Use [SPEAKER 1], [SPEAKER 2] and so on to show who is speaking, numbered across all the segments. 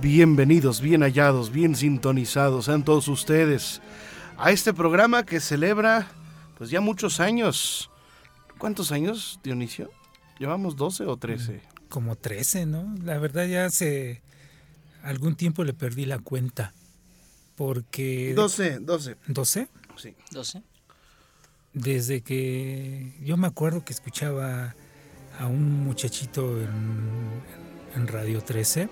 [SPEAKER 1] Bienvenidos, bien hallados, bien sintonizados sean todos ustedes a este programa que celebra pues ya muchos años. ¿Cuántos años, Dionisio? ¿Llevamos 12 o 13?
[SPEAKER 2] Como 13, ¿no? La verdad ya hace algún tiempo le perdí la cuenta. Porque...
[SPEAKER 1] 12, 12.
[SPEAKER 2] ¿12?
[SPEAKER 1] Sí.
[SPEAKER 3] 12.
[SPEAKER 2] Desde que yo me acuerdo que escuchaba a un muchachito en, en Radio 13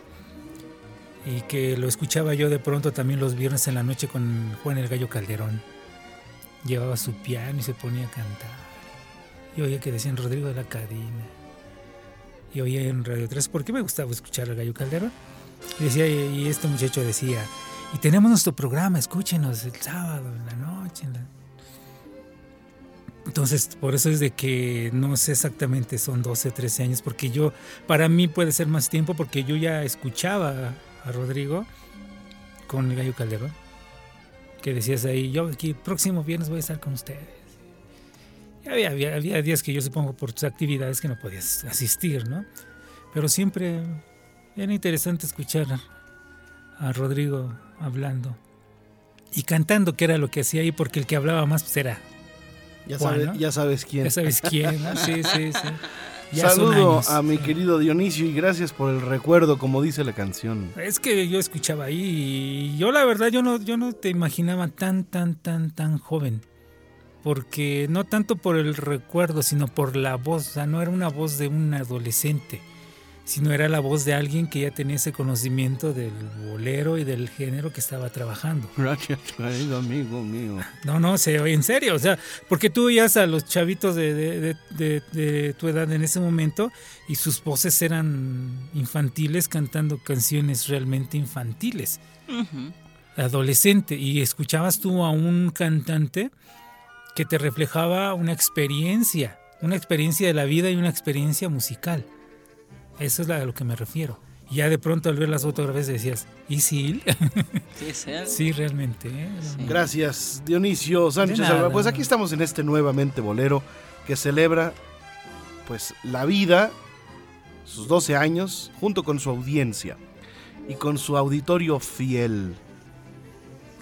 [SPEAKER 2] y que lo escuchaba yo de pronto también los viernes en la noche con Juan el Gallo Calderón. Llevaba su piano y se ponía a cantar. Y oía que decían Rodrigo de la Cadena. Y oía en Radio 3 porque me gustaba escuchar al Gallo Calderón. Y decía, y este muchacho decía, y tenemos nuestro programa, escúchenos el sábado, en la noche. en la-". Entonces, por eso es de que no sé exactamente, son 12 o 13 años, porque yo, para mí puede ser más tiempo, porque yo ya escuchaba a Rodrigo con el Gallo Calderón, que decías ahí, yo aquí próximo viernes voy a estar con ustedes. Y había, había, había días que yo supongo por tus actividades que no podías asistir, ¿no? Pero siempre era interesante escuchar a Rodrigo hablando y cantando, que era lo que hacía ahí, porque el que hablaba más pues, era,
[SPEAKER 1] Ya,
[SPEAKER 2] Juan,
[SPEAKER 1] sabe-
[SPEAKER 2] ¿no?
[SPEAKER 1] ya sabes quién.
[SPEAKER 2] ya sabes quién, ¿no? Sí, sí, sí. Ya son
[SPEAKER 1] Saludo
[SPEAKER 2] años.
[SPEAKER 1] a mi querido Dionisio y gracias por el recuerdo, como dice la canción.
[SPEAKER 2] Es que yo escuchaba ahí y yo la verdad yo no, yo no te imaginaba tan, tan, tan, tan joven. Porque no tanto por el recuerdo, sino por la voz. O sea, no era una voz de un adolescente, sino era la voz de alguien que ya tenía ese conocimiento del bolero y del género que estaba trabajando.
[SPEAKER 1] Gracias, querido amigo mío.
[SPEAKER 2] No, no, se, en serio, o sea, porque tú veías a los chavitos de, de- de- de- de tu edad en ese momento y sus voces eran infantiles cantando canciones realmente infantiles,
[SPEAKER 3] Ujú.
[SPEAKER 2] adolescente, y escuchabas tú a un cantante que te reflejaba una experiencia, una experiencia de la vida y una experiencia musical. Eso es la- a lo que me refiero. Y ya de pronto al ver las fotografías decías, ¿y sí?
[SPEAKER 3] Sí, es él.
[SPEAKER 2] sí, realmente. ¿eh?
[SPEAKER 1] Gracias, Dionisio Sánchez
[SPEAKER 2] De nada.
[SPEAKER 1] Alba. Pues aquí estamos en este nuevamente bolero que celebra pues la vida, sus 12 años, junto con su audiencia y con su auditorio fiel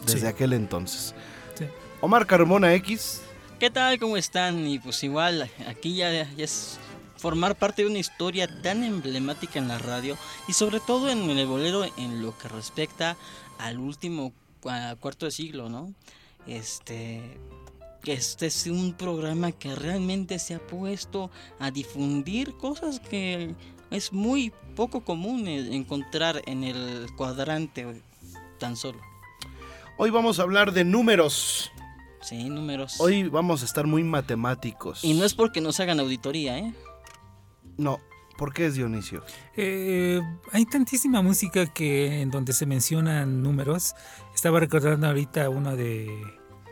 [SPEAKER 1] desde
[SPEAKER 2] Sí.
[SPEAKER 1] aquel entonces.
[SPEAKER 2] Sí.
[SPEAKER 1] Omar Carmona X,
[SPEAKER 3] ¿Qué tal? ¿Cómo están? Y pues igual, aquí ya, ya es formar parte de una historia tan emblemática en la radio y sobre todo en el bolero en lo que respecta al último cua- cuarto de siglo, ¿no? Este, que este es un programa que realmente se ha puesto a difundir cosas que es muy poco común eh, encontrar en el cuadrante tan solo.
[SPEAKER 1] hoy vamos a hablar de números.
[SPEAKER 3] Sí, números.
[SPEAKER 1] Hoy vamos a estar muy matemáticos.
[SPEAKER 3] Y no es porque nos hagan auditoría, ¿eh?
[SPEAKER 1] No, ¿por qué es Dionisio?
[SPEAKER 2] Eh, hay tantísima música que en donde se mencionan números. Estaba recordando ahorita uno de,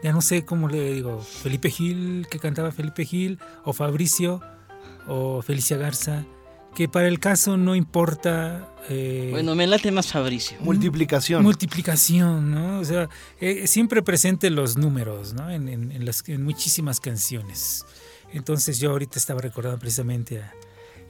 [SPEAKER 2] ya no sé cómo le digo, Felipe Gil, que cantaba Felipe Gil, o Fabricio, o Felicia Garza, que para el caso no importa. eh,
[SPEAKER 3] Bueno, me late más Fabricio.
[SPEAKER 2] Mm.
[SPEAKER 1] Multiplicación.
[SPEAKER 2] Multiplicación, ¿no? O sea, eh, siempre presente los números, ¿no? En, en- en las, en muchísimas canciones. Entonces yo ahorita estaba recordando precisamente a-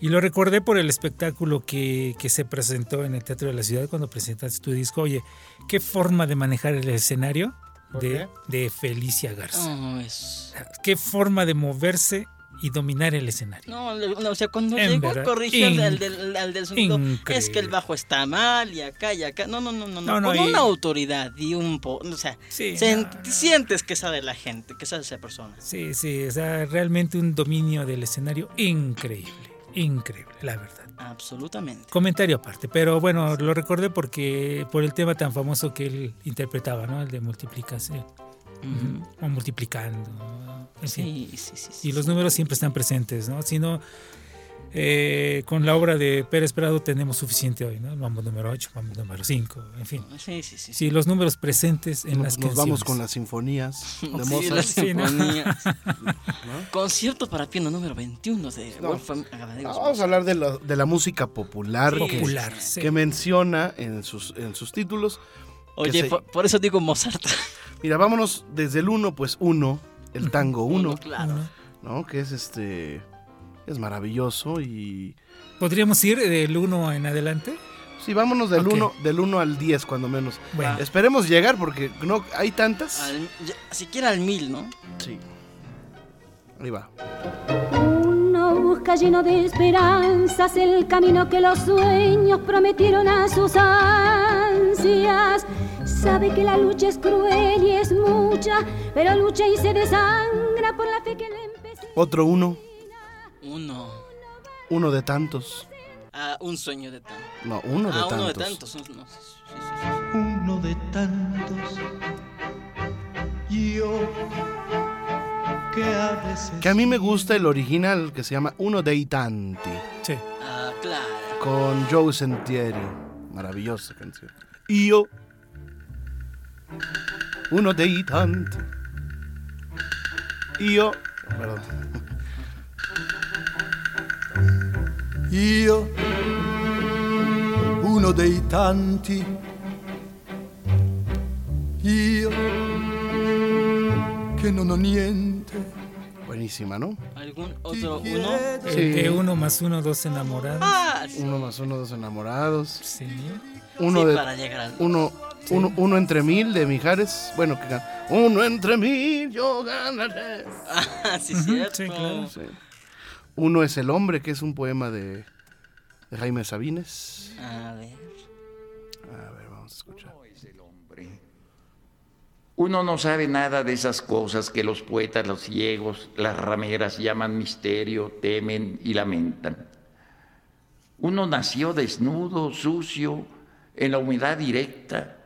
[SPEAKER 2] Y lo recordé por el espectáculo que, que se presentó en el Teatro de la Ciudad cuando presentaste tu disco. Oye, qué forma de manejar el escenario
[SPEAKER 1] ¿Por
[SPEAKER 2] de, de Felicia Garza.
[SPEAKER 3] No, es...
[SPEAKER 2] Qué forma de moverse y dominar el escenario.
[SPEAKER 3] No, le- no, o sea, cuando
[SPEAKER 2] En
[SPEAKER 3] llegó
[SPEAKER 2] verdad,
[SPEAKER 3] corrigió al,
[SPEAKER 2] inc-
[SPEAKER 3] al del, al del sonido,
[SPEAKER 2] increíble.
[SPEAKER 3] es que el bajo está mal y acá y acá. No, no, no, no. no.
[SPEAKER 2] No, no,
[SPEAKER 3] Con
[SPEAKER 2] y-
[SPEAKER 3] una autoridad y un po... O sea,
[SPEAKER 2] Sí,
[SPEAKER 3] se-
[SPEAKER 2] no, no.
[SPEAKER 3] sientes que sabe la gente, que sabe esa persona.
[SPEAKER 2] Sí, sí, o sea, realmente un dominio del escenario increíble, increíble, la verdad.
[SPEAKER 3] Absolutamente.
[SPEAKER 2] Comentario aparte, pero bueno, lo recordé porque por el tema tan famoso que él interpretaba, ¿no? El de multiplicarse
[SPEAKER 3] Ujú.
[SPEAKER 2] o multiplicando. ¿no? En fin.
[SPEAKER 3] Sí, sí, sí. sí,
[SPEAKER 2] y los números siempre están presentes, ¿no? Si no, eh, con la obra de Pérez Prado tenemos suficiente hoy, ¿no? Vamos número 8, vamos número 5, en fin.
[SPEAKER 3] Sí, sí, sí.
[SPEAKER 2] Si los números presentes en
[SPEAKER 1] No,
[SPEAKER 2] las
[SPEAKER 1] pues nos vamos
[SPEAKER 2] canciones.
[SPEAKER 1] con las sinfonías de
[SPEAKER 3] Sí,
[SPEAKER 1] Mozart.
[SPEAKER 3] las
[SPEAKER 2] Sí, ¿no?
[SPEAKER 3] sinfonías.
[SPEAKER 1] ¿no?
[SPEAKER 3] Concierto para piano número 21 de
[SPEAKER 1] No.
[SPEAKER 3] Wolfgang Amadeus
[SPEAKER 1] Vamos a hablar de, la- de la música popular, que-
[SPEAKER 2] popular.
[SPEAKER 1] que,
[SPEAKER 2] sí.
[SPEAKER 1] menciona en sus, en sus títulos.
[SPEAKER 3] Oye,
[SPEAKER 1] se-
[SPEAKER 3] por, por eso digo Mozart.
[SPEAKER 1] Mira, vámonos desde el 1, pues 1, el tango 1,
[SPEAKER 3] claro.
[SPEAKER 2] Uno.
[SPEAKER 1] ¿no? Que es este. Es maravilloso y.
[SPEAKER 2] ¿Podríamos ir del 1 en adelante?
[SPEAKER 1] Sí, vámonos del
[SPEAKER 2] Ok.
[SPEAKER 1] 1 del uno al 10, cuando menos.
[SPEAKER 2] Bueno,
[SPEAKER 3] Ah.
[SPEAKER 1] Esperemos llegar porque no hay tantas.
[SPEAKER 3] Al- ya- siquiera al mil, ¿no?
[SPEAKER 1] Sí. Ahí va.
[SPEAKER 4] Uno busca lleno de esperanzas el camino que los sueños prometieron a sus ansias. Sabe que la lucha es cruel y es mucha, pero lucha y se desangra por la fe que le empecé.
[SPEAKER 1] Otro uno,
[SPEAKER 3] Uno.
[SPEAKER 1] uno de tantos.
[SPEAKER 3] Ah, un sueño de tanto.
[SPEAKER 1] No, uno de
[SPEAKER 3] ah,
[SPEAKER 1] tantos.
[SPEAKER 3] uno de tantos. un- no, sí, sí, sí,
[SPEAKER 5] uno de tantos. Yo que a veces
[SPEAKER 1] Que a mí me gusta el original que se llama Uno dei tanti
[SPEAKER 2] sí.
[SPEAKER 3] sí. Ah, claro.
[SPEAKER 1] con Joe Sentieri. Maravillosa canción. Y yo, Uno dei tanti. Y yo, perdón.
[SPEAKER 5] io uno dei tanti io che non ho niente
[SPEAKER 1] Buenísima, ¿no?
[SPEAKER 3] ¿Algún otro uno?
[SPEAKER 2] El
[SPEAKER 1] Sí.
[SPEAKER 2] de 1 más 1, 2 enamorados.
[SPEAKER 3] Ah, sí.
[SPEAKER 1] Uno más uno, dos enamorados.
[SPEAKER 2] Sí.
[SPEAKER 1] Uno
[SPEAKER 3] sí,
[SPEAKER 1] de
[SPEAKER 3] para llegar al
[SPEAKER 1] Uno, uno, uno entre mil de Mijares. Bueno, que gan- Uno entre mil, yo ganaré.
[SPEAKER 3] Ah, sí,
[SPEAKER 2] Ujú,
[SPEAKER 3] cierto.
[SPEAKER 2] sí, claro.
[SPEAKER 1] Sí. Uno es el hombre, que es un poema de, de Jaime Sabines.
[SPEAKER 3] A ver.
[SPEAKER 1] A ver, vamos a escuchar.
[SPEAKER 6] Uno no sabe nada de esas cosas que los poetas, los ciegos, las rameras llaman misterio, temen y lamentan. Uno nació desnudo, sucio, en la humedad directa,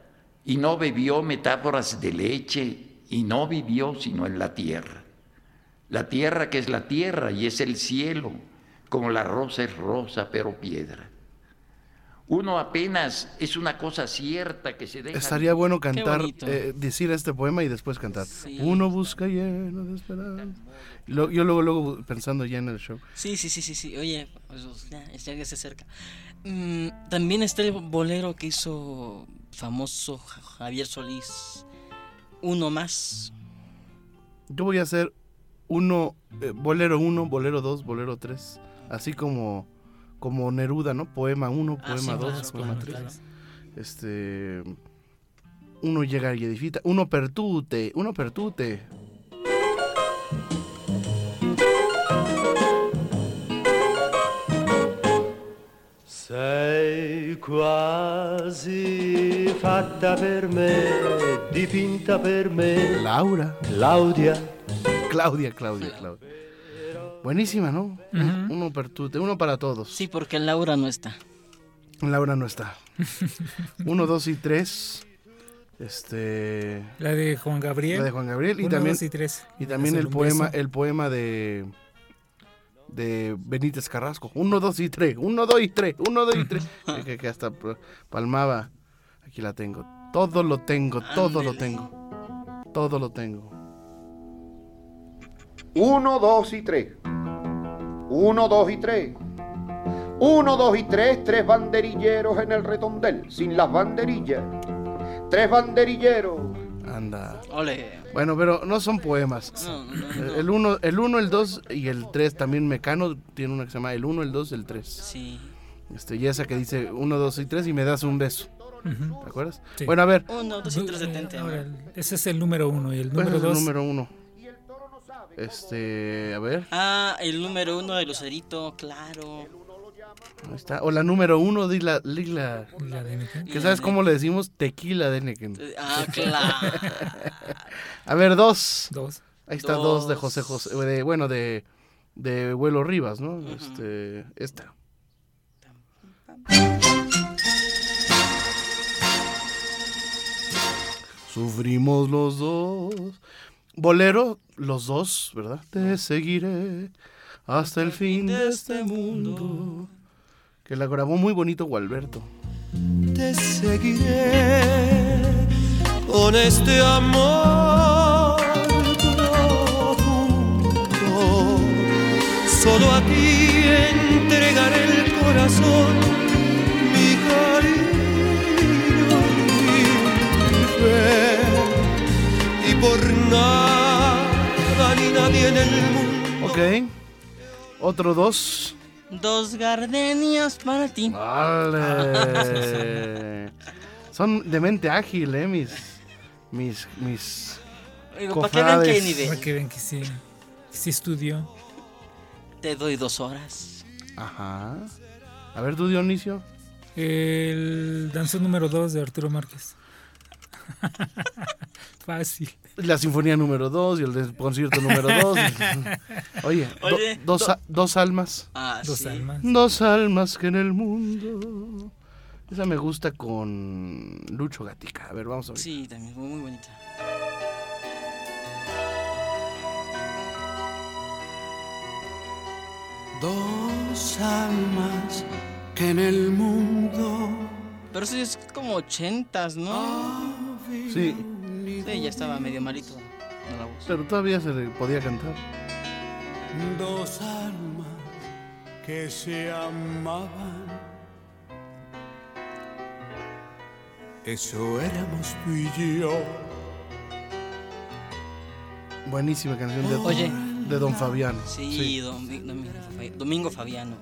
[SPEAKER 6] y no bebió metáforas de leche, y no vivió sino en la tierra. La tierra que es la tierra y es el cielo, como la rosa es rosa, pero piedra. Uno apenas es una cosa cierta que se deja...
[SPEAKER 1] Estaría bueno cantar,
[SPEAKER 3] bonito.
[SPEAKER 1] eh, decir este poema y después cantar.
[SPEAKER 3] Sí.
[SPEAKER 1] Uno busca lleno de esperanza. Y lo- yo luego, luego pensando ya en el show.
[SPEAKER 3] Sí, sí, sí, sí, sí. Oye, pues, ya, ya que se acerca. Mm, también está el bolero que hizo famoso Ja- Javier Solís. Uno más.
[SPEAKER 1] Yo voy a hacer uno, eh, bolero 1, bolero 2, bolero 3. Así como, como Neruda, ¿no? Poema 1,
[SPEAKER 3] Ah, sí,
[SPEAKER 1] poema 2,
[SPEAKER 3] claro,
[SPEAKER 1] poema
[SPEAKER 3] claro,
[SPEAKER 1] 3.
[SPEAKER 3] claro.
[SPEAKER 1] Este. Uno llega y edifica. Uno pertute, uno pertute.
[SPEAKER 5] Sei quasi fatta per me, dipinta per me,
[SPEAKER 1] Laura.
[SPEAKER 5] Claudia.
[SPEAKER 1] Claudia, Claudia, Claudia. Buenísima, ¿no?
[SPEAKER 2] Ujú.
[SPEAKER 1] Uno pertute, uno para todos.
[SPEAKER 3] Sí, porque Laura no está.
[SPEAKER 1] Laura no está. Uno, dos y tres. Este.
[SPEAKER 2] La de Juan Gabriel.
[SPEAKER 1] La de Juan Gabriel. Y
[SPEAKER 2] uno,
[SPEAKER 1] también,
[SPEAKER 2] dos y tres.
[SPEAKER 1] y también
[SPEAKER 2] Hacerle
[SPEAKER 1] el
[SPEAKER 2] un
[SPEAKER 1] poema,
[SPEAKER 2] beso.
[SPEAKER 1] el poema de. De Benítez Carrasco. Uno, dos y tres. Uno, dos y tres. Uno, dos y tres. que, que- que hasta pr- palmaba. Aquí la tengo. Todo lo tengo, todo lo
[SPEAKER 3] Ándele.
[SPEAKER 1] tengo. Todo lo tengo.
[SPEAKER 7] Uno, dos y tres. Uno, dos y tres. Uno, dos y tres, tres banderilleros en el redondel, sin las banderillas. Tres banderilleros.
[SPEAKER 1] Anda.
[SPEAKER 3] Ole.
[SPEAKER 1] Bueno, pero no son poemas.
[SPEAKER 3] No, no, no, no.
[SPEAKER 1] El 1, el 1, el 2 y el 3 también Mecano tiene una que se llama el 1, el 2, el 3.
[SPEAKER 3] Sí.
[SPEAKER 1] Este, y esa que dice 1, 2 y 3 y me das un beso.
[SPEAKER 2] Ujú.
[SPEAKER 1] ¿Te acuerdas?
[SPEAKER 2] Sí.
[SPEAKER 1] Bueno, a ver.
[SPEAKER 3] Uno, dos
[SPEAKER 2] Du-
[SPEAKER 3] y tres
[SPEAKER 2] eh,
[SPEAKER 3] detente.
[SPEAKER 2] ahora,
[SPEAKER 3] ¿no?
[SPEAKER 2] el- ese es el número uno y el
[SPEAKER 1] Número Pues es
[SPEAKER 2] número
[SPEAKER 1] el
[SPEAKER 2] dos.
[SPEAKER 1] número 1. Este, a ver.
[SPEAKER 3] Ah, el número uno de Lucerito, claro.
[SPEAKER 1] Ahí está. O la número 1, dila, dila.
[SPEAKER 2] La de Mecano.
[SPEAKER 1] Que sabes cómo le decimos tequila de Neken.
[SPEAKER 3] Eh, Ah, claro.
[SPEAKER 1] A ver, 2.
[SPEAKER 2] Dos.
[SPEAKER 1] Ahí está 2 de
[SPEAKER 3] Dos.
[SPEAKER 1] José José. De, bueno, de, de Huelo Rivas, ¿no? Este, esta. Sufrimos los dos. Bolero, los dos, ¿verdad? Te seguiré hasta el fin de este mundo. Que la grabó muy bonito Gualberto.
[SPEAKER 8] te seguiré con este amor profundo. Solo a ti entregaré el corazón, mi cariño y mi fe. Y por nada ni nadie en el mundo.
[SPEAKER 1] Ok. Otro dos.
[SPEAKER 3] Dos gardenias para ti.
[SPEAKER 1] Vale. Son de mente ágil, ¿eh? Mis. Mis. Mis.
[SPEAKER 3] Digo, ¿Para qué vean que hay
[SPEAKER 1] Cofrades.
[SPEAKER 2] Para
[SPEAKER 3] nivel?
[SPEAKER 2] que vean que sí, que sí estudió.
[SPEAKER 3] Te doy dos horas.
[SPEAKER 1] Ajá. A ver, tú, Dionisio.
[SPEAKER 2] El danzón número 2 de Arturo Márquez. Fácil.
[SPEAKER 1] La sinfonía número 2 y el de- concierto número 2. Oye, do-
[SPEAKER 3] Oye,
[SPEAKER 1] dos,
[SPEAKER 3] do-
[SPEAKER 1] a- dos almas.
[SPEAKER 3] Ah,
[SPEAKER 2] Dos
[SPEAKER 3] sí.
[SPEAKER 2] almas.
[SPEAKER 1] Dos almas que en el mundo. Esa me gusta con Lucho Gatica. A ver, vamos a ver.
[SPEAKER 3] Sí, también fue muy bonita.
[SPEAKER 8] Dos almas que en el mundo.
[SPEAKER 3] Pero eso es como ochentas, ¿no?
[SPEAKER 8] Ah,
[SPEAKER 1] Sí,
[SPEAKER 3] Sí, ya estaba medio malito de la voz.
[SPEAKER 1] pero todavía se le podía cantar.
[SPEAKER 8] Dos almas que se amaban. Eso éramos tú y yo.
[SPEAKER 1] Buenísima canción de,
[SPEAKER 3] Oye.
[SPEAKER 1] de Don Fabián.
[SPEAKER 3] Sí, Domi- Domingo, Fabi- Domingo Fabiano.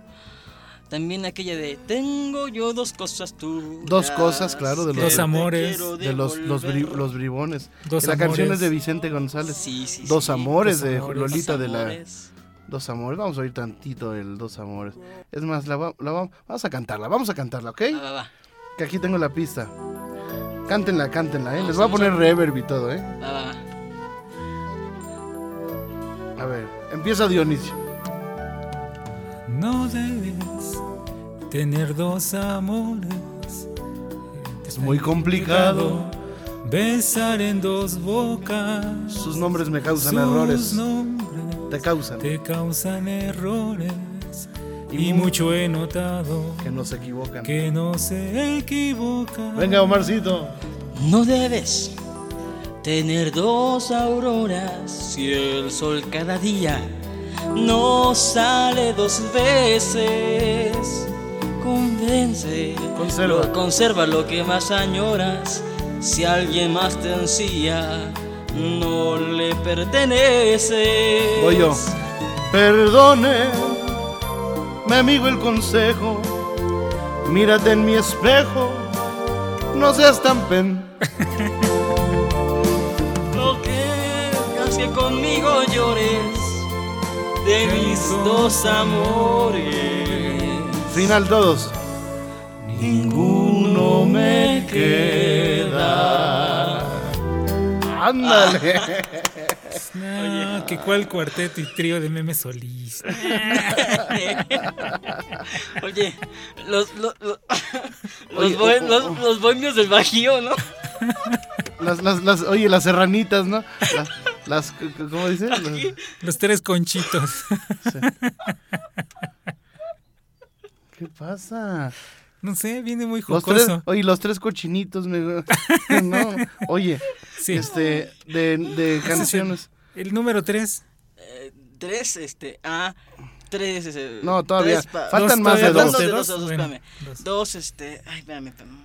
[SPEAKER 3] También aquella de Tengo yo dos cosas tú.
[SPEAKER 1] Dos cosas, claro, de los- Dos
[SPEAKER 2] amores,
[SPEAKER 1] De los, los, bri- los bribones.
[SPEAKER 2] Dos
[SPEAKER 1] Que la canción es
[SPEAKER 2] amores.
[SPEAKER 1] de Vicente González.
[SPEAKER 3] Sí, sí,
[SPEAKER 1] Dos
[SPEAKER 3] sí.
[SPEAKER 1] amores
[SPEAKER 2] Dos
[SPEAKER 1] de
[SPEAKER 2] amores.
[SPEAKER 1] Lolita
[SPEAKER 3] Dos
[SPEAKER 1] de la.
[SPEAKER 3] amores.
[SPEAKER 1] Dos amores. Vamos a oír tantito el Dos amores. Es más, la, va- la va- vamos a cantarla, vamos a cantarla, ¿ok?
[SPEAKER 3] Va, va, va.
[SPEAKER 1] Que aquí tengo la pista. Cántenla, cántenla, ¿eh? Les voy a poner reverb y todo, ¿eh?
[SPEAKER 3] Va, va, va.
[SPEAKER 1] A ver, empieza Dionisio.
[SPEAKER 2] No debes tener dos amores.
[SPEAKER 1] Es muy complicado.
[SPEAKER 2] Besar en dos bocas.
[SPEAKER 1] Sus nombres me causan
[SPEAKER 2] Sus
[SPEAKER 1] errores.
[SPEAKER 2] nombres
[SPEAKER 1] Te causan.
[SPEAKER 2] te causan errores.
[SPEAKER 1] Y
[SPEAKER 2] Y
[SPEAKER 1] mu-
[SPEAKER 2] mucho he notado
[SPEAKER 1] Que no se equivocan.
[SPEAKER 2] que no se equivoca.
[SPEAKER 1] Venga, Omarcito.
[SPEAKER 3] No debes tener dos auroras si el sol cada día no sale dos veces. Convence,
[SPEAKER 1] Conserva.
[SPEAKER 3] lo- conserva lo que más añoras. Si alguien más te ansía, no le pertenece.
[SPEAKER 1] Voy yo. Perdone, mi amigo el consejo. Mírate en mi espejo. No seas tan pen.
[SPEAKER 3] No quieras que conmigo llores de mis dos amores.
[SPEAKER 1] Final todos. Ninguno me queda. Ándale.
[SPEAKER 2] Ah. No, que cuál cuarteto y trío de memes solista.
[SPEAKER 3] Oye, los, los, los, los bohe- los- los bohemios del Bajío, ¿no?
[SPEAKER 1] Las, las, las, oye, las serranitas, ¿no? Las, las c- c- ¿cómo dice? Las-
[SPEAKER 2] Los tres conchitos.
[SPEAKER 1] ¿Qué pasa?
[SPEAKER 2] No sé, viene muy
[SPEAKER 1] Los tres,
[SPEAKER 2] jocoso.
[SPEAKER 1] oye, los tres cochinitos, me... no, oye,
[SPEAKER 2] Sí.
[SPEAKER 1] este, de, de
[SPEAKER 2] Ese es el-
[SPEAKER 1] canciones.
[SPEAKER 2] El, número tres.
[SPEAKER 3] Eh, tres, este, ah, tres. eh,
[SPEAKER 1] No, todavía.
[SPEAKER 3] tres pa-
[SPEAKER 1] Faltan
[SPEAKER 2] Dos
[SPEAKER 1] más de
[SPEAKER 2] todavía,
[SPEAKER 1] dos.
[SPEAKER 3] Dos, de
[SPEAKER 2] dos,
[SPEAKER 3] dos, dos,
[SPEAKER 2] bueno,
[SPEAKER 3] espérame.
[SPEAKER 2] dos.
[SPEAKER 3] Dos, este, ay, espérame, espérame.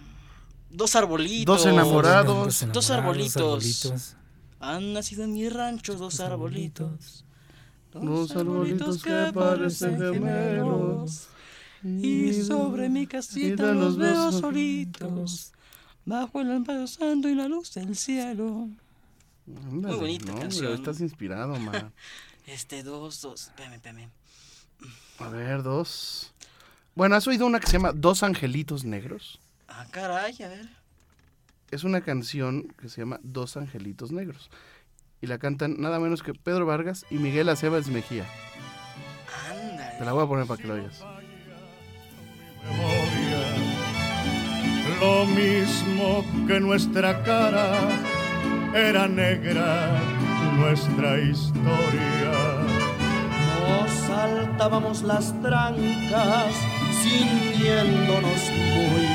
[SPEAKER 3] Dos arbolitos.
[SPEAKER 1] Dos enamorados.
[SPEAKER 3] Dos arbolitos.
[SPEAKER 2] arbolitos.
[SPEAKER 3] Han nacido en mi rancho dos arbolitos.
[SPEAKER 1] Dos arbolitos que parecen gemelos.
[SPEAKER 3] Y sobre mi casita los veo solitos. Bajo el lámpara santo y la luz del cielo.
[SPEAKER 1] Ándale,
[SPEAKER 3] bonita
[SPEAKER 1] no, hombre,
[SPEAKER 3] canción.
[SPEAKER 1] estás inspirado, man.
[SPEAKER 3] Este, dos, dos. Espérame, espérame.
[SPEAKER 1] A ver, dos. Bueno, ¿has oído una que se llama Dos Angelitos Negros?
[SPEAKER 3] Ah, caray, a ver.
[SPEAKER 1] Es una canción que se llama Dos Angelitos Negros. Y la cantan nada menos que Pedro Vargas y Miguel Aceves Mejía. Te
[SPEAKER 3] Ándale.
[SPEAKER 1] la voy a poner para que lo oigas.
[SPEAKER 5] memoria
[SPEAKER 9] lo mismo que nuestra cara, era negra nuestra historia.
[SPEAKER 10] Nos saltábamos las trancas sintiéndonos muy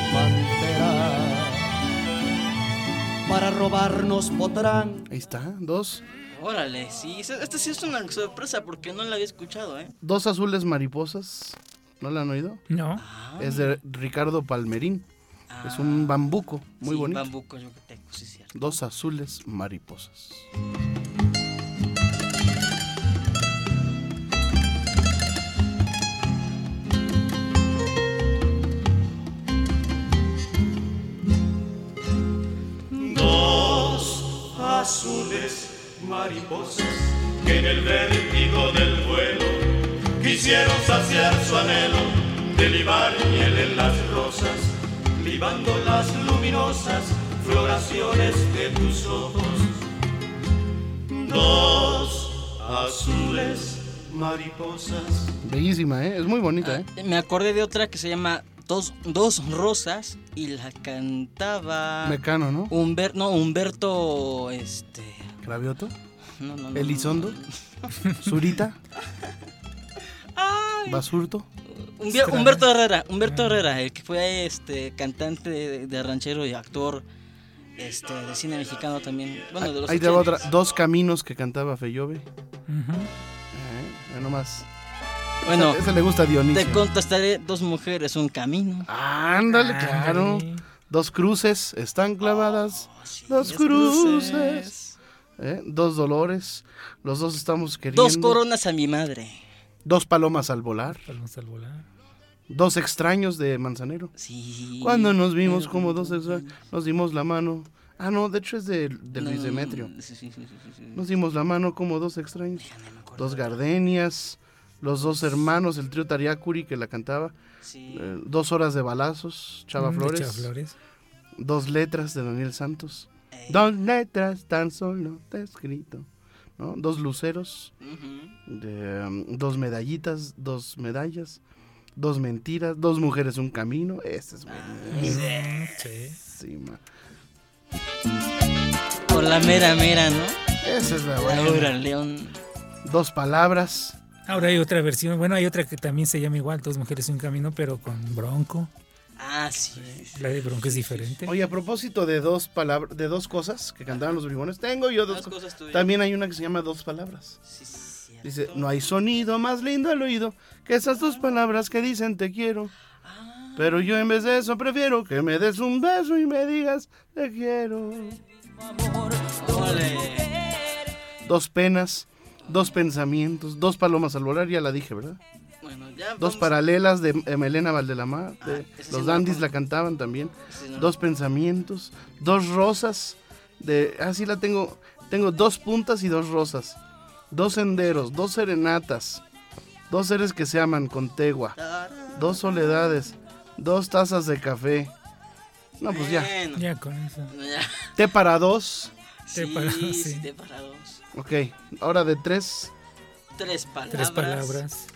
[SPEAKER 10] panteras para robarnos potrán.
[SPEAKER 1] Ahí está, dos.
[SPEAKER 3] Órale, sí, esa- esta sí es una sorpresa porque no la había escuchado, ¿eh?
[SPEAKER 1] Dos azules mariposas. ¿No la han oído?
[SPEAKER 2] No.
[SPEAKER 3] Ah.
[SPEAKER 1] Es de Ricardo Palmerín. Es un bambuco muy
[SPEAKER 3] Sí,
[SPEAKER 1] bonito.
[SPEAKER 3] Bambuco Yucateco, sí, cierto.
[SPEAKER 1] Dos azules mariposas.
[SPEAKER 8] Dos azules mariposas que en el vértigo del vuelo quisieron saciar su anhelo de libar miel en las rosas, libando las luminosas floraciones de tus ojos. Dos azules mariposas.
[SPEAKER 1] Bellísima, ¿eh? Es muy bonita, ¿eh?
[SPEAKER 3] Ah, Me acordé de otra que se llama Dos, Dos Rosas y la cantaba
[SPEAKER 1] Mecano, ¿no?
[SPEAKER 3] Humber- no, Humberto, este...
[SPEAKER 1] Gravioto.
[SPEAKER 3] No, no, no,
[SPEAKER 1] Elizondo. Zurita. Basurto.
[SPEAKER 3] Humber- Humberto Herrera, Humberto
[SPEAKER 1] Ah.
[SPEAKER 3] Herrera, el que fue este cantante de, de ranchero y actor este, de cine mexicano también. Bueno, de los
[SPEAKER 1] Ahí te va otra.
[SPEAKER 3] ochentas.
[SPEAKER 1] Dos caminos que cantaba Feyove.
[SPEAKER 2] Ujú.
[SPEAKER 1] Eh, nomás.
[SPEAKER 3] Bueno,
[SPEAKER 1] ese le gusta a Dionisio.
[SPEAKER 3] Te contestaré dos mujeres, un camino.
[SPEAKER 1] Ándale, claro.
[SPEAKER 2] Ah, Ándale.
[SPEAKER 1] Dos cruces están clavadas. dos
[SPEAKER 3] Oh, Dos
[SPEAKER 1] cruces.
[SPEAKER 3] cruces.
[SPEAKER 1] ¿eh? Dos dolores. Los dos estamos queriendo.
[SPEAKER 3] Dos coronas a mi madre.
[SPEAKER 1] Dos palomas al volar.
[SPEAKER 2] Vamos al volar.
[SPEAKER 1] Dos extraños de Manzanero.
[SPEAKER 3] Sí.
[SPEAKER 1] Cuando nos vimos como dos extraños, nos dimos la mano. Ah, no, de hecho es de, de
[SPEAKER 3] No,
[SPEAKER 1] Luis
[SPEAKER 3] no, no,
[SPEAKER 1] Demetrio.
[SPEAKER 3] sí, sí, sí, sí, sí.
[SPEAKER 1] Nos dimos la mano como dos extraños.
[SPEAKER 3] Déjame, me acuerdo.
[SPEAKER 1] Dos gardenias. Los dos hermanos, el trío Tariacuri que la cantaba.
[SPEAKER 3] Sí.
[SPEAKER 1] eh, dos horas de balazos, Chava
[SPEAKER 2] Mm, de
[SPEAKER 1] Flores.
[SPEAKER 2] Chava Flores.
[SPEAKER 1] Dos letras de Daniel Santos.
[SPEAKER 3] Eh.
[SPEAKER 1] Dos letras tan solo te he escrito. ¿no? Dos luceros,
[SPEAKER 3] Ujú.
[SPEAKER 1] de, um, dos medallitas, dos medallas, dos mentiras, dos mujeres, un camino. Esta es
[SPEAKER 2] Sí.
[SPEAKER 1] buenísima.
[SPEAKER 3] Por la mera mera, ¿no?
[SPEAKER 1] Esa es la
[SPEAKER 3] Laura
[SPEAKER 1] buena.
[SPEAKER 3] León.
[SPEAKER 1] Dos palabras.
[SPEAKER 2] Ahora hay otra versión. Bueno, hay otra que también se llama igual, Dos Mujeres y un Camino, pero con Bronco.
[SPEAKER 3] Ah, sí.
[SPEAKER 2] La de Bronco es diferente.
[SPEAKER 1] Oye, a propósito de dos palabras, de dos cosas que cantaban los bribones, tengo yo dos
[SPEAKER 3] Dos
[SPEAKER 1] cosas.
[SPEAKER 3] cosas tuyas.
[SPEAKER 1] También hay una que se llama dos palabras.
[SPEAKER 3] Sí, sí, cierto.
[SPEAKER 1] Dice, no hay sonido más lindo al oído que esas dos palabras que dicen te quiero. Pero yo en vez de eso prefiero que me des un beso y me digas te quiero.
[SPEAKER 3] Órale.
[SPEAKER 1] Dos penas, dos pensamientos, dos palomas al volar, ya la dije, ¿verdad?
[SPEAKER 3] Bueno, ya
[SPEAKER 1] Dos
[SPEAKER 3] vamos-
[SPEAKER 1] paralelas de eh, Melena Valdelamar, de-
[SPEAKER 3] Ah, esa sí
[SPEAKER 1] los
[SPEAKER 3] la
[SPEAKER 1] dandies la
[SPEAKER 3] conozco.
[SPEAKER 1] cantaban también.
[SPEAKER 3] Sí, no,
[SPEAKER 1] Dos pensamientos, dos rosas, de así la tengo, tengo dos puntas y dos rosas. Dos senderos, dos serenatas, dos seres que se aman con tegua. Dos soledades, dos tazas de café. No, pues ya.
[SPEAKER 3] Bueno,
[SPEAKER 2] Ya con eso.
[SPEAKER 3] bueno, ya.
[SPEAKER 1] Té para dos.
[SPEAKER 3] Sí,
[SPEAKER 2] Te parado,
[SPEAKER 3] sí,
[SPEAKER 2] sí.
[SPEAKER 3] te parados.
[SPEAKER 1] Ok, ahora de tres,
[SPEAKER 3] Tres palabras.
[SPEAKER 2] Tres palabras.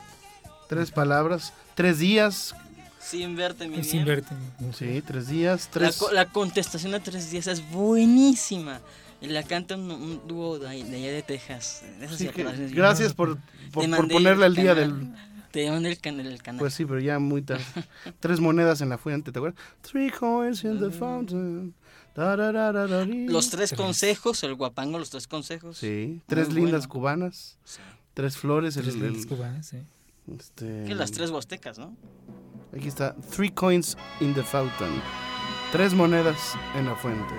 [SPEAKER 1] tres palabras. Tres días.
[SPEAKER 3] Sin verte, mi
[SPEAKER 2] Sin
[SPEAKER 3] bien.
[SPEAKER 2] verte.
[SPEAKER 1] Sí, tres días,
[SPEAKER 3] La,
[SPEAKER 1] tres.
[SPEAKER 3] co- la contestación a tres días es buenísima. Y la canta un, un dúo de, ahí- de allá de Texas. De esas
[SPEAKER 1] Así que
[SPEAKER 3] colaboraciones.
[SPEAKER 1] gracias por,
[SPEAKER 3] Te
[SPEAKER 1] por, por
[SPEAKER 3] mandé
[SPEAKER 1] ponerla al
[SPEAKER 3] el
[SPEAKER 1] día
[SPEAKER 3] canal.
[SPEAKER 1] del...
[SPEAKER 3] Te mandé el canal. El canal.
[SPEAKER 1] Pues sí, pero ya muy tarde. tres monedas en la fuente, ¿te acuerdas? Three coins in the fountain. Tarararararí.
[SPEAKER 3] los tres consejos, el guapango, los tres consejos.
[SPEAKER 1] Sí, tres
[SPEAKER 3] Muy
[SPEAKER 1] lindas
[SPEAKER 3] bueno.
[SPEAKER 1] cubanas.
[SPEAKER 3] Sí.
[SPEAKER 1] Tres flores. El,
[SPEAKER 2] Tres
[SPEAKER 1] el-
[SPEAKER 2] líneas cubanas, sí.
[SPEAKER 1] este,
[SPEAKER 3] Que las tres huastecas, ¿no?
[SPEAKER 1] Aquí está, Three Coins in the Fountain. Tres monedas en la fuente.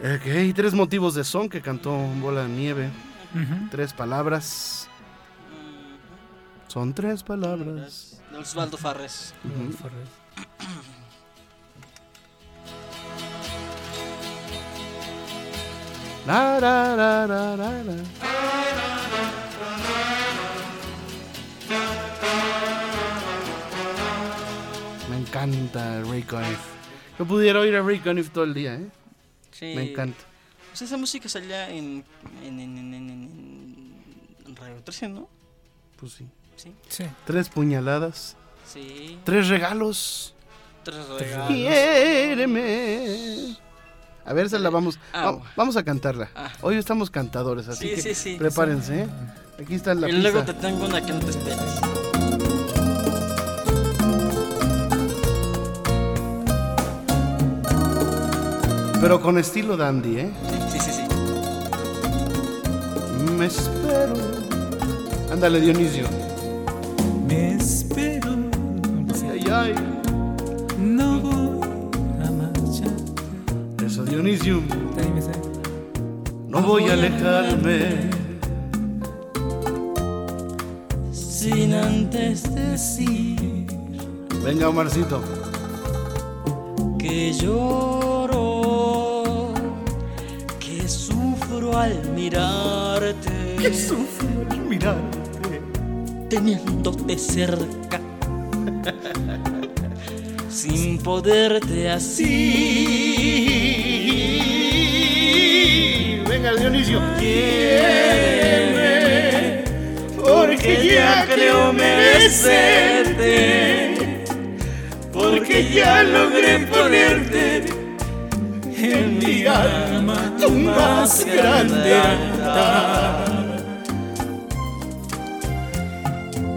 [SPEAKER 1] Ok, tres motivos de son que cantó Bola de Nieve.
[SPEAKER 2] Ujú.
[SPEAKER 1] Tres palabras. Son tres palabras.
[SPEAKER 3] De Osvaldo Farres.
[SPEAKER 1] Ujú.
[SPEAKER 2] Forrest.
[SPEAKER 1] La, ra, ra, ra, ra, ra. Me encanta Ray Conniff. Yo pudiera oír a Ray Conniff todo el día, ¿eh?
[SPEAKER 3] Sí.
[SPEAKER 1] Me encanta.
[SPEAKER 3] Pues esa música salía en, en, en, en, en, en- en Radio 13, ¿no?
[SPEAKER 1] Pues sí.
[SPEAKER 3] Sí.
[SPEAKER 2] Sí.
[SPEAKER 1] Tres puñaladas,
[SPEAKER 3] Sí.
[SPEAKER 1] Tres regalos.
[SPEAKER 3] Tres
[SPEAKER 1] Quiéreme. A ver, se la vamos.
[SPEAKER 3] Ah,
[SPEAKER 1] va-
[SPEAKER 3] bueno.
[SPEAKER 1] vamos a cantarla.
[SPEAKER 3] Ah.
[SPEAKER 1] Hoy estamos cantadores, así
[SPEAKER 3] Sí,
[SPEAKER 1] que
[SPEAKER 3] sí, sí.
[SPEAKER 1] prepárense. ¿eh? Aquí está la
[SPEAKER 3] Y luego
[SPEAKER 1] pista.
[SPEAKER 3] te tengo una que no te esperas.
[SPEAKER 1] Pero con estilo dandy, ¿eh?
[SPEAKER 3] Sí, sí, sí.
[SPEAKER 1] Me espero. Ándale, Dionisio.
[SPEAKER 2] Me espero.
[SPEAKER 1] Ay, ay.
[SPEAKER 2] No voy a marchar.
[SPEAKER 1] Eso, Dionisio.
[SPEAKER 2] Dime, ¿sabes?
[SPEAKER 1] No voy a alejarme.
[SPEAKER 3] Sin antes decir
[SPEAKER 1] Venga, Omarcito.
[SPEAKER 3] que lloro, que sufro al mirarte. Que sufro al mirarte. Teniéndote cerca. sin poderte así.
[SPEAKER 1] Venga, Dionisio.
[SPEAKER 8] porque ya creo merecerte, porque ya logré ponerte en mi alma tu más grande altar.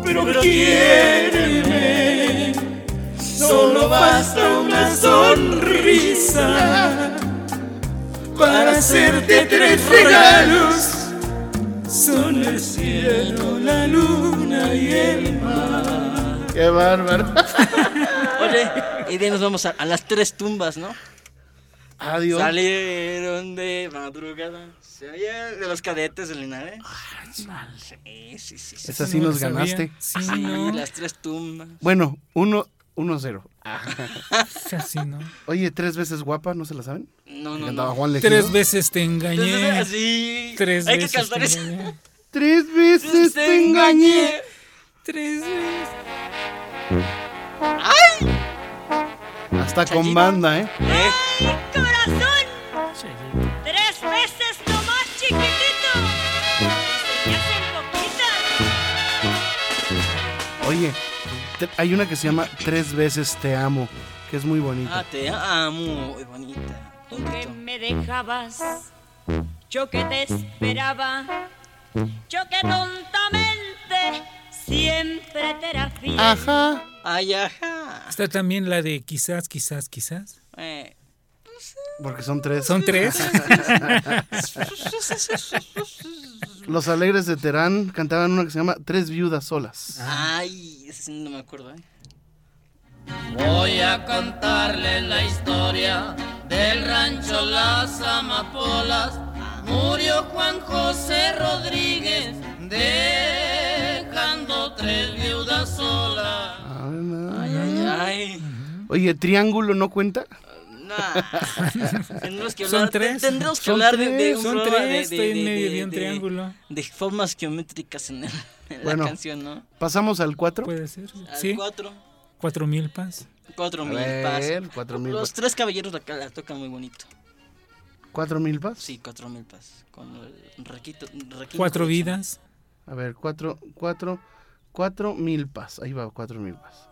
[SPEAKER 8] Pero quiéreme, solo basta una sonrisa para hacerte tres regalos. Son el cielo, la luna y el mar.
[SPEAKER 1] Qué bárbaro.
[SPEAKER 3] Oye, y de ahí nos vamos a, a las tres tumbas, ¿no?
[SPEAKER 1] Adiós.
[SPEAKER 3] Salieron de madrugada. Se oye de los cadetes de Linares.
[SPEAKER 2] Ah,
[SPEAKER 3] Sí, sí, sí. sí.
[SPEAKER 1] Esa sí nos ganaste.
[SPEAKER 3] Sí, las tres tumbas.
[SPEAKER 1] Bueno, 1-0. Uno, uno cero.
[SPEAKER 2] Casi no.
[SPEAKER 1] Oye, tres veces guapa, ¿no se la saben?
[SPEAKER 3] No,
[SPEAKER 1] Que
[SPEAKER 3] no,
[SPEAKER 1] cantaba
[SPEAKER 3] no.
[SPEAKER 1] Juan Legido.
[SPEAKER 2] Tres veces te engañé.
[SPEAKER 3] Así.
[SPEAKER 2] Tres
[SPEAKER 3] Hay que
[SPEAKER 2] veces
[SPEAKER 3] cantar
[SPEAKER 2] te
[SPEAKER 3] eso.
[SPEAKER 2] engañé.
[SPEAKER 1] Tres veces te engañé.
[SPEAKER 2] Tres veces.
[SPEAKER 1] Hasta con
[SPEAKER 3] Chayito.
[SPEAKER 1] banda, ¿eh?
[SPEAKER 11] corazón! ¡Tres veces nomás, chiquitito! ¡Se te hacen poquitas!
[SPEAKER 1] Oye, te- hay una que se llama Tres veces te amo, que es muy bonita.
[SPEAKER 3] Ah, te amo, muy bonita.
[SPEAKER 11] Tú que me dejabas, yo que te esperaba, yo que tontamente siempre te era fiel.
[SPEAKER 1] Ajá.
[SPEAKER 3] Ay, ajá.
[SPEAKER 2] Está también la de quizás, quizás, quizás.
[SPEAKER 3] Eh.
[SPEAKER 1] Porque son tres.
[SPEAKER 2] Son tres.
[SPEAKER 1] Los Alegres de Terán cantaban una que se llama Tres viudas solas.
[SPEAKER 2] Ah.
[SPEAKER 3] Ay, ese sí no me acuerdo, ¿eh?
[SPEAKER 12] Voy a contarles la historia del rancho Las Amapolas. Murió Juan José Rodríguez, dejando tres viudas solas.
[SPEAKER 1] Ah, no.
[SPEAKER 3] Ay, ay, ay.
[SPEAKER 1] Oye, Triángulo no cuenta.
[SPEAKER 3] Nah. Tendremos que
[SPEAKER 2] Son
[SPEAKER 3] hablar,
[SPEAKER 2] tres.
[SPEAKER 3] tendremos que
[SPEAKER 2] Son
[SPEAKER 3] hablar de, de
[SPEAKER 2] tres,
[SPEAKER 3] un
[SPEAKER 2] son
[SPEAKER 3] programa de-
[SPEAKER 2] tres,
[SPEAKER 3] de-
[SPEAKER 2] estoy en
[SPEAKER 3] de-
[SPEAKER 2] medio
[SPEAKER 3] de-
[SPEAKER 2] de un
[SPEAKER 3] de-
[SPEAKER 2] triángulo.
[SPEAKER 3] de formas geométricas en, el- en
[SPEAKER 1] Bueno.
[SPEAKER 3] la canción, ¿no?
[SPEAKER 1] Pasamos al cuatro.
[SPEAKER 2] Puede ser.
[SPEAKER 3] Al
[SPEAKER 2] Sí.
[SPEAKER 3] Cuatro,
[SPEAKER 2] Cuatro mil pas.
[SPEAKER 3] cuatro
[SPEAKER 1] A
[SPEAKER 3] mil
[SPEAKER 1] ver,
[SPEAKER 3] pas.
[SPEAKER 1] cuatro mil
[SPEAKER 3] Los
[SPEAKER 1] pas.
[SPEAKER 3] tres caballeros la, la tocan muy bonito.
[SPEAKER 1] ¿Cuatro mil pas?
[SPEAKER 3] Sí, cuatro mil pas. Con el requito, requinto
[SPEAKER 2] Cuatro
[SPEAKER 3] de chamo.
[SPEAKER 2] vidas.
[SPEAKER 1] A ver, cuatro, cuatro, cuatro mil pas. Ahí va, cuatro mil pas.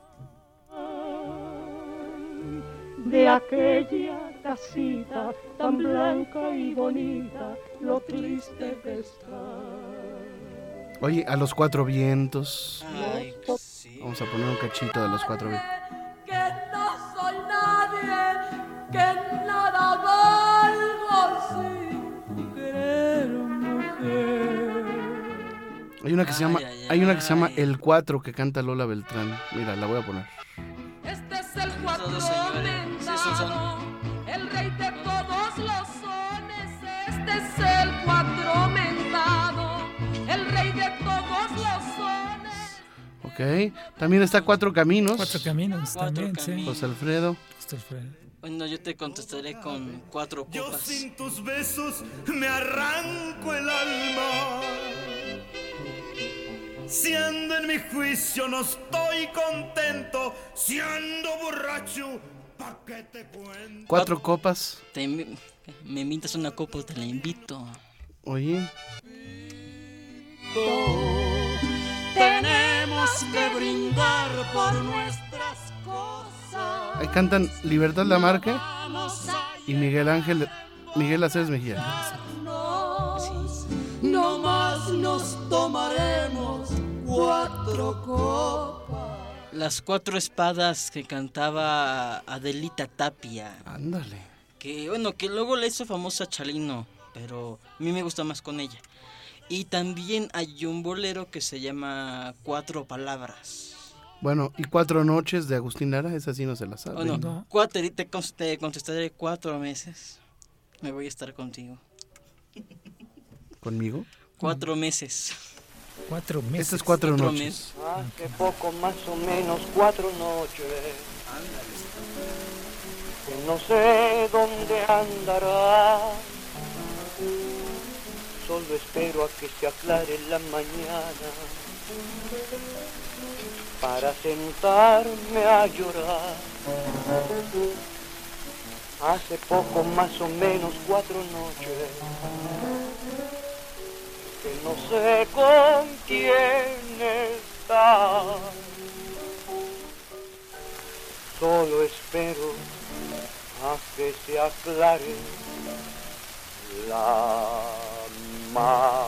[SPEAKER 13] de aquella casita tan blanca y bonita, lo triste que está.
[SPEAKER 1] Oye, a los cuatro vientos.
[SPEAKER 3] Ay,
[SPEAKER 1] Vamos a poner un cachito de los cuatro vientos.
[SPEAKER 11] que no soy nadie, que nada valgo sin querer mujer.
[SPEAKER 1] Hay una que se
[SPEAKER 3] Ay,
[SPEAKER 1] llama,
[SPEAKER 3] ay,
[SPEAKER 1] hay una que se llama
[SPEAKER 3] ay.
[SPEAKER 1] El Cuatro que canta Lola Beltrán. Mira, la voy a poner.
[SPEAKER 11] Este es el cuatro
[SPEAKER 3] Todos señores, sí, son- son-
[SPEAKER 11] mentado, el rey de todos los sones. Este es el cuatro mentado, el rey de todos los sones.
[SPEAKER 1] Ok. También está Cuatro Caminos.
[SPEAKER 2] Cuatro caminos
[SPEAKER 3] Cuatro
[SPEAKER 2] también,
[SPEAKER 3] caminos.
[SPEAKER 1] José Alfredo.
[SPEAKER 2] sí. Justo el freno.
[SPEAKER 3] Bueno, yo te contestaré con cuatro
[SPEAKER 8] Yo
[SPEAKER 3] copas.
[SPEAKER 8] sin tus besos me arranco el alma. Siendo en mi juicio no estoy contento, siendo borracho, ¿pa' qué te cuento?
[SPEAKER 1] Cuatro Copas.
[SPEAKER 3] Te invi- me invitas una copa, te la invito.
[SPEAKER 1] Oye.
[SPEAKER 11] Tenemos
[SPEAKER 14] tenemos que brindar por nuestras cosas.
[SPEAKER 1] Ahí cantan Libertad Lamarque y Miguel Ángel, Miguel Aceves Mejía.
[SPEAKER 14] No más nos tomaremos cuatro copas.
[SPEAKER 3] Las cuatro espadas que cantaba Adelita Tapia.
[SPEAKER 1] Ándale.
[SPEAKER 3] Que bueno, que luego le hizo famosa a Chalino, pero a mí me gusta más con ella. Y también hay un bolero que se llama Cuatro Palabras.
[SPEAKER 1] Bueno, y Cuatro Noches de Agustín Lara, esa sí no se la sabe.
[SPEAKER 3] Oh, no, cuatro, y te, con- te contestaré cuatro meses. Me voy a estar contigo.
[SPEAKER 1] ¿Conmigo?
[SPEAKER 3] Cuatro meses.
[SPEAKER 2] Cuatro meses.
[SPEAKER 1] Estas cuatro
[SPEAKER 3] Cuatro
[SPEAKER 1] noches.
[SPEAKER 3] meses.
[SPEAKER 15] Ah, que poco más o menos cuatro noches. Que no sé dónde andará. Solo espero a que se aclare la mañana para sentarme a llorar. Hace poco más o menos cuatro noches que no sé con quién está. Solo espero a que se aclare la mañana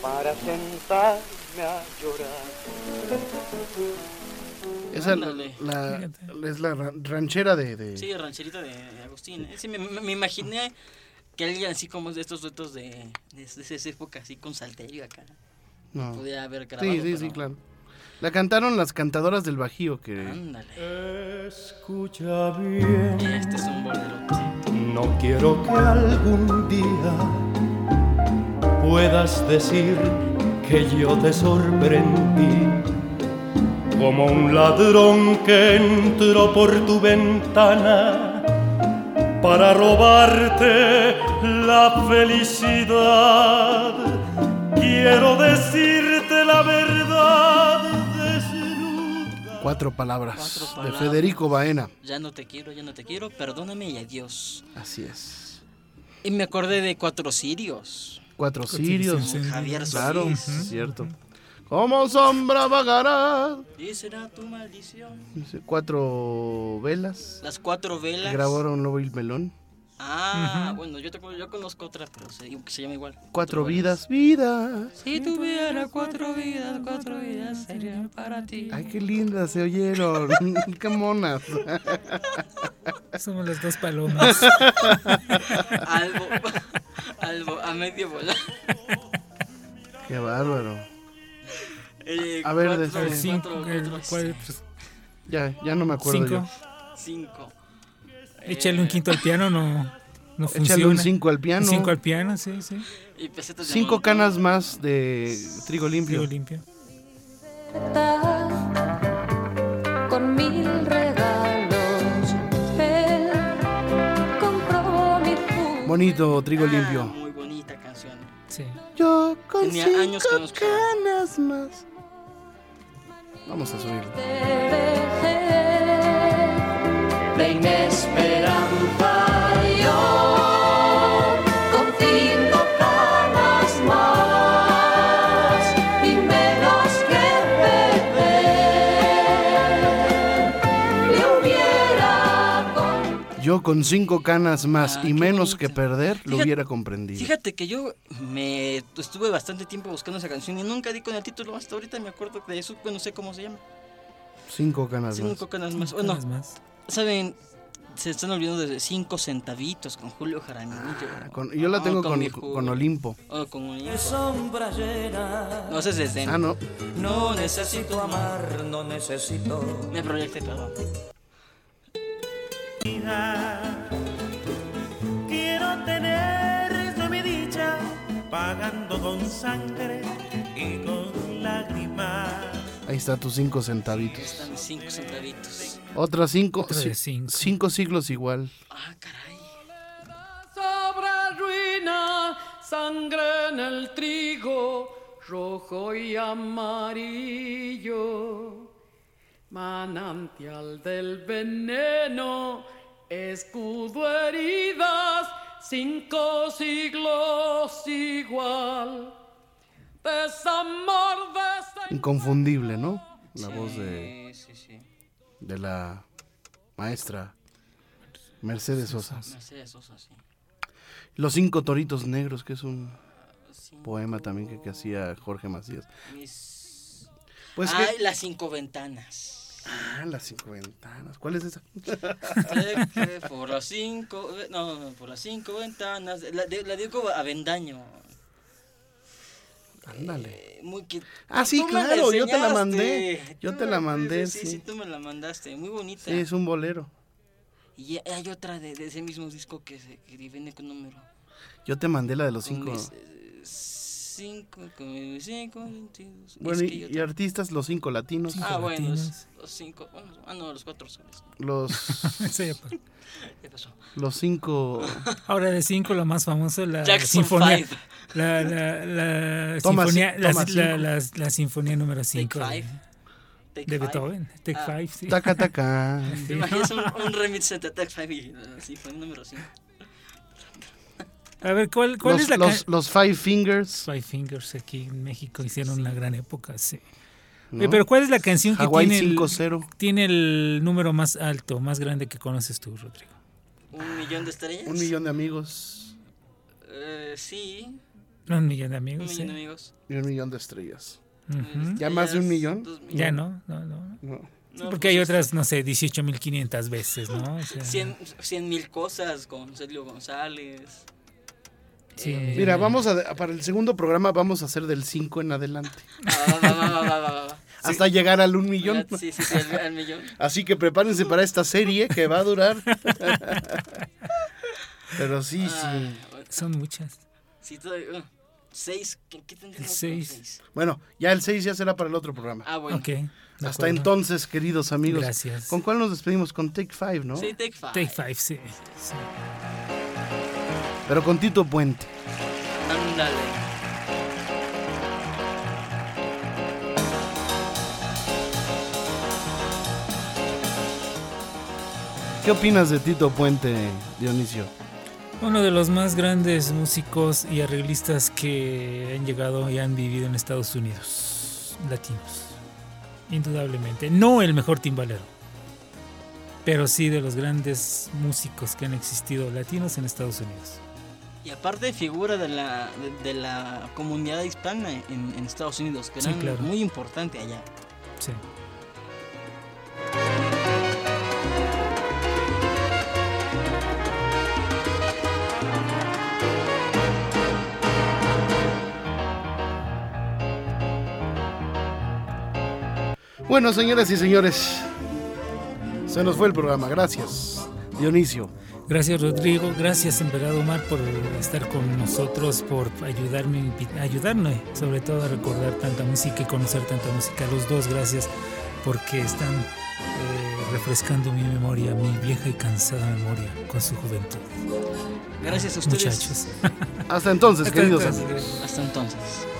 [SPEAKER 15] para sentarme a llorar.
[SPEAKER 1] Esa la-
[SPEAKER 3] Ándale.
[SPEAKER 1] la- es la ra- ranchera de... de-
[SPEAKER 3] Sí, rancherita de de Agustín. Eh, Sí, me, me- me imaginé que alguien así como de estos duetos de, de, de esa época, así con salterio acá.
[SPEAKER 1] No.
[SPEAKER 3] Podía haber grabado.
[SPEAKER 1] Ah. Sí, sí, sí,
[SPEAKER 3] pero-
[SPEAKER 1] claro. La cantaron las cantadoras del Bajío,
[SPEAKER 3] Ah,
[SPEAKER 1] que...
[SPEAKER 3] Ándale.
[SPEAKER 8] Escucha bien.
[SPEAKER 3] Este es un bolero.
[SPEAKER 8] No quiero que algún día puedas decir que yo te sorprendí como un ladrón que entró por tu ventana para robarte la felicidad. Quiero decirte la verdad.
[SPEAKER 1] Cuatro palabras.
[SPEAKER 3] Cuatro
[SPEAKER 1] de
[SPEAKER 3] palabras.
[SPEAKER 1] Federico Baena.
[SPEAKER 3] Ya no te quiero, ya no te quiero, perdóname y adiós.
[SPEAKER 1] Así es.
[SPEAKER 3] Y me acordé de Cuatro Sirios.
[SPEAKER 1] Cuatro sirios.
[SPEAKER 3] Con Javier
[SPEAKER 1] Claro,
[SPEAKER 3] Solís.
[SPEAKER 1] es cierto. Como sombra vagará.
[SPEAKER 3] Y será tu maldición.
[SPEAKER 1] Dice, Cuatro velas.
[SPEAKER 3] Las cuatro
[SPEAKER 1] que
[SPEAKER 3] velas.
[SPEAKER 1] Grabaron Lobo y el Melón.
[SPEAKER 3] Ah, bueno, yo, te, yo conozco otra, pero se, que se llama igual.
[SPEAKER 1] Cuatro vidas, vida.
[SPEAKER 3] Si tuviera cuatro vidas, cuatro vidas serían para ti.
[SPEAKER 1] Ay, qué lindas se oyeron. qué monas.
[SPEAKER 2] Ah, Somos las dos palomas.
[SPEAKER 3] Algo, algo, a medio volar.
[SPEAKER 1] qué bárbaro.
[SPEAKER 3] Eh,
[SPEAKER 1] A ver,
[SPEAKER 3] cuatro,
[SPEAKER 1] desde-
[SPEAKER 3] cuatro,
[SPEAKER 2] Cinco, el
[SPEAKER 3] cuatro,
[SPEAKER 2] cual-
[SPEAKER 1] Ya, ya no me acuerdo
[SPEAKER 2] Cinco.
[SPEAKER 1] yo.
[SPEAKER 3] Cinco.
[SPEAKER 2] Échale
[SPEAKER 3] Eh.
[SPEAKER 2] un quinto al piano, no, no
[SPEAKER 1] Échale un
[SPEAKER 2] funciona.
[SPEAKER 1] cinco al piano.
[SPEAKER 2] Un cinco al piano, sí, sí.
[SPEAKER 3] Y pesetas de
[SPEAKER 1] Cinco
[SPEAKER 3] montón.
[SPEAKER 1] canas más de trigo limpio.
[SPEAKER 2] Trigo limpio.
[SPEAKER 11] con mil regalos. Él compró mi fu-
[SPEAKER 1] Bonito, trigo limpio.
[SPEAKER 3] Ah, Muy bonita canción.
[SPEAKER 2] Sí.
[SPEAKER 1] Yo con
[SPEAKER 3] Tenía
[SPEAKER 1] cinco
[SPEAKER 3] años que no escuchaba.
[SPEAKER 1] canas más. Vamos a subirlo.
[SPEAKER 11] de inesperanza. Yo con cinco canas más y menos que beber le hubiera
[SPEAKER 1] Yo con cinco canas más y menos que perder lo
[SPEAKER 3] Ah, Fíjate-
[SPEAKER 1] hubiera comprendido.
[SPEAKER 3] Fíjate que yo me estuve bastante tiempo buscando esa canción y nunca di con el título. Hasta ahorita me acuerdo de eso, pues no sé cómo se llama.
[SPEAKER 1] Cinco canas más.
[SPEAKER 3] Cinco canas más.
[SPEAKER 2] Cinco
[SPEAKER 3] Bueno,
[SPEAKER 2] canas más.
[SPEAKER 3] saben, se están olvidando de cinco centavitos con Julio Jaramillo.
[SPEAKER 1] Ah, Con- yo la
[SPEAKER 3] No,
[SPEAKER 1] tengo con,
[SPEAKER 3] mi Ju-
[SPEAKER 1] con Olimpo.
[SPEAKER 3] o con un hijo.
[SPEAKER 14] Es sombra llena.
[SPEAKER 3] No, ese es de Zen.
[SPEAKER 1] Ah, no.
[SPEAKER 14] No necesito amar, no necesito.
[SPEAKER 3] Me proyecté, perdón.
[SPEAKER 16] Quiero tener de mi dicha, pagando con sangre y con lágrimas.
[SPEAKER 1] Ahí está tus cinco centavitos.
[SPEAKER 3] Están cinco centavitos.
[SPEAKER 1] Otras cinco.
[SPEAKER 2] Otra de
[SPEAKER 1] ci- cinco siglos igual.
[SPEAKER 17] Sobra ruina, sangre en el trigo, rojo y amarillo. Manantial del veneno, escudo heridas, cinco siglos igual.
[SPEAKER 18] desamor de
[SPEAKER 1] Inconfundible, ¿no? La voz de,
[SPEAKER 3] Sí, sí, sí.
[SPEAKER 1] de la maestra Mercedes Sosa.
[SPEAKER 3] Mercedes Sosa, sí.
[SPEAKER 1] Los cinco toritos negros, que es un poema también que, que hacía Jorge Macías.
[SPEAKER 3] Mis-
[SPEAKER 1] Pues
[SPEAKER 3] ah,
[SPEAKER 1] que-
[SPEAKER 3] las cinco ventanas.
[SPEAKER 1] Ah, las cinco ventanas. ¿Cuál es esa?
[SPEAKER 3] Sé que Eh, por las cinco, ve- no, no, por las cinco ventanas, la, de, la digo Avendaño.
[SPEAKER 1] Ándale.
[SPEAKER 3] eh, Muy que-
[SPEAKER 1] Ah, sí,
[SPEAKER 3] tú me
[SPEAKER 1] claro, yo te la
[SPEAKER 3] enseñaste.
[SPEAKER 1] mandé, yo
[SPEAKER 3] Tú
[SPEAKER 1] te la
[SPEAKER 3] me-
[SPEAKER 1] mandé,
[SPEAKER 3] Sí, sí,
[SPEAKER 1] sí.
[SPEAKER 3] sí, tú me la mandaste, muy bonita.
[SPEAKER 1] Sí, es un bolero.
[SPEAKER 3] Y hay otra de, de ese mismo disco que, se, que viene con número.
[SPEAKER 1] Yo te mandé la de los cinco.
[SPEAKER 3] Mis, eh, cinco, con mis cinco, veintidós.
[SPEAKER 1] Bueno,
[SPEAKER 3] Es que
[SPEAKER 1] y,
[SPEAKER 3] yo
[SPEAKER 1] y artistas, los cinco latinos.
[SPEAKER 3] Ah, bueno, los, los cinco. bueno, ah, no, los cuatro soles.
[SPEAKER 1] Los,
[SPEAKER 3] ¿Qué pasó?
[SPEAKER 1] los cinco.
[SPEAKER 2] Ahora de cinco, la más famosa, la
[SPEAKER 3] Jackson
[SPEAKER 2] sinfonía.
[SPEAKER 3] Five.
[SPEAKER 2] La, la, la
[SPEAKER 1] Toma
[SPEAKER 2] sinfonía,
[SPEAKER 1] ci-
[SPEAKER 2] la,
[SPEAKER 1] toma
[SPEAKER 2] la-
[SPEAKER 1] cinco.
[SPEAKER 2] la- la sinfonía número 5 de,
[SPEAKER 3] Five.
[SPEAKER 2] de
[SPEAKER 3] Take Five.
[SPEAKER 2] Beethoven. Take
[SPEAKER 3] Ah.
[SPEAKER 2] Five, sí.
[SPEAKER 1] Taca, taca.
[SPEAKER 2] Sí.
[SPEAKER 3] ¿Te imaginas un, un remix de Attack Five y la sinfonía número 5?
[SPEAKER 2] A ver, ¿cuál, cuál
[SPEAKER 1] los,
[SPEAKER 2] es la ca-
[SPEAKER 1] los, los Five Fingers.
[SPEAKER 2] Five Fingers aquí en México hicieron una gran época, sí.
[SPEAKER 1] ¿no?
[SPEAKER 2] Oye, Pero ¿cuál es la canción que
[SPEAKER 1] Hawái
[SPEAKER 2] tiene el,
[SPEAKER 1] 5-0.
[SPEAKER 2] tiene el número más alto, más grande que conoces tú, Rodrigo?
[SPEAKER 3] ¿Un millón de estrellas?
[SPEAKER 1] Un millón de amigos
[SPEAKER 3] Eh, sí,
[SPEAKER 2] No, un millón de
[SPEAKER 3] un
[SPEAKER 2] amigos.
[SPEAKER 3] millón de
[SPEAKER 2] ¿eh?
[SPEAKER 3] amigos.
[SPEAKER 1] y un millón de estrellas.
[SPEAKER 2] Ujú.
[SPEAKER 1] ¿Ya más de un
[SPEAKER 3] Estrellas,
[SPEAKER 1] millón?
[SPEAKER 3] dos millones.
[SPEAKER 2] Ya no, no, no.
[SPEAKER 1] No.
[SPEAKER 2] Sí,
[SPEAKER 3] No,
[SPEAKER 2] Porque
[SPEAKER 3] pues
[SPEAKER 2] hay
[SPEAKER 3] es-
[SPEAKER 2] otras, no sé, 18.500 veces, ¿no? O sea,
[SPEAKER 3] Cien, cien mil cosas con Sergio González.
[SPEAKER 2] sí,
[SPEAKER 3] eh,
[SPEAKER 2] mira.
[SPEAKER 1] Mira, vamos a, para el segundo programa vamos a hacer del 5 en adelante.
[SPEAKER 3] Ah, Va, va, va, va, va, va, va, va.
[SPEAKER 1] Hasta llegar al un millón.
[SPEAKER 3] Sí, sí, sí, al, al millón.
[SPEAKER 1] Así que prepárense para esta serie que va a durar. Pero sí, sí.
[SPEAKER 3] Ah, bueno,
[SPEAKER 2] Son muchas.
[SPEAKER 3] sí, todavía, ah, seis, ¿qué, qué tendríamos con
[SPEAKER 2] Seis.
[SPEAKER 1] Bueno, ya el 6 ya será para el otro programa.
[SPEAKER 3] Ah, bueno.
[SPEAKER 2] Ok. de
[SPEAKER 1] Hasta
[SPEAKER 2] acuerdo.
[SPEAKER 1] entonces, queridos amigos.
[SPEAKER 2] Gracias.
[SPEAKER 1] ¿Con cuál nos despedimos? Con Take Five, ¿no?
[SPEAKER 3] Sí, Take Five.
[SPEAKER 2] Take Five, sí. sí.
[SPEAKER 1] Pero con Tito Puente.
[SPEAKER 3] Ándale.
[SPEAKER 1] ¿Qué opinas de Tito Puente, Dionisio?
[SPEAKER 2] Uno de los más grandes músicos y arreglistas que han llegado y han vivido en Estados Unidos, latinos, indudablemente. No el mejor timbalero, pero sí de los grandes músicos que han existido latinos en Estados Unidos.
[SPEAKER 3] Y aparte figura de la, de, de la comunidad hispana en, en Estados Unidos, que
[SPEAKER 2] Sí,
[SPEAKER 3] era
[SPEAKER 2] claro.
[SPEAKER 3] muy importante allá.
[SPEAKER 2] Sí.
[SPEAKER 1] Bueno, señoras y señores, se nos fue el programa. Gracias, Dionisio.
[SPEAKER 2] Gracias Rodrigo, gracias en verdad Omar por estar con nosotros, por ayudarme, invi- ayudarme sobre todo a recordar tanta música y conocer tanta música. Los dos gracias porque están eh, refrescando mi memoria, mi vieja y cansada memoria con su juventud.
[SPEAKER 3] Gracias a ustedes.
[SPEAKER 2] Muchachos.
[SPEAKER 1] Hasta entonces,
[SPEAKER 2] Hasta
[SPEAKER 1] queridos
[SPEAKER 2] entonces.
[SPEAKER 1] amigos.
[SPEAKER 3] Hasta entonces.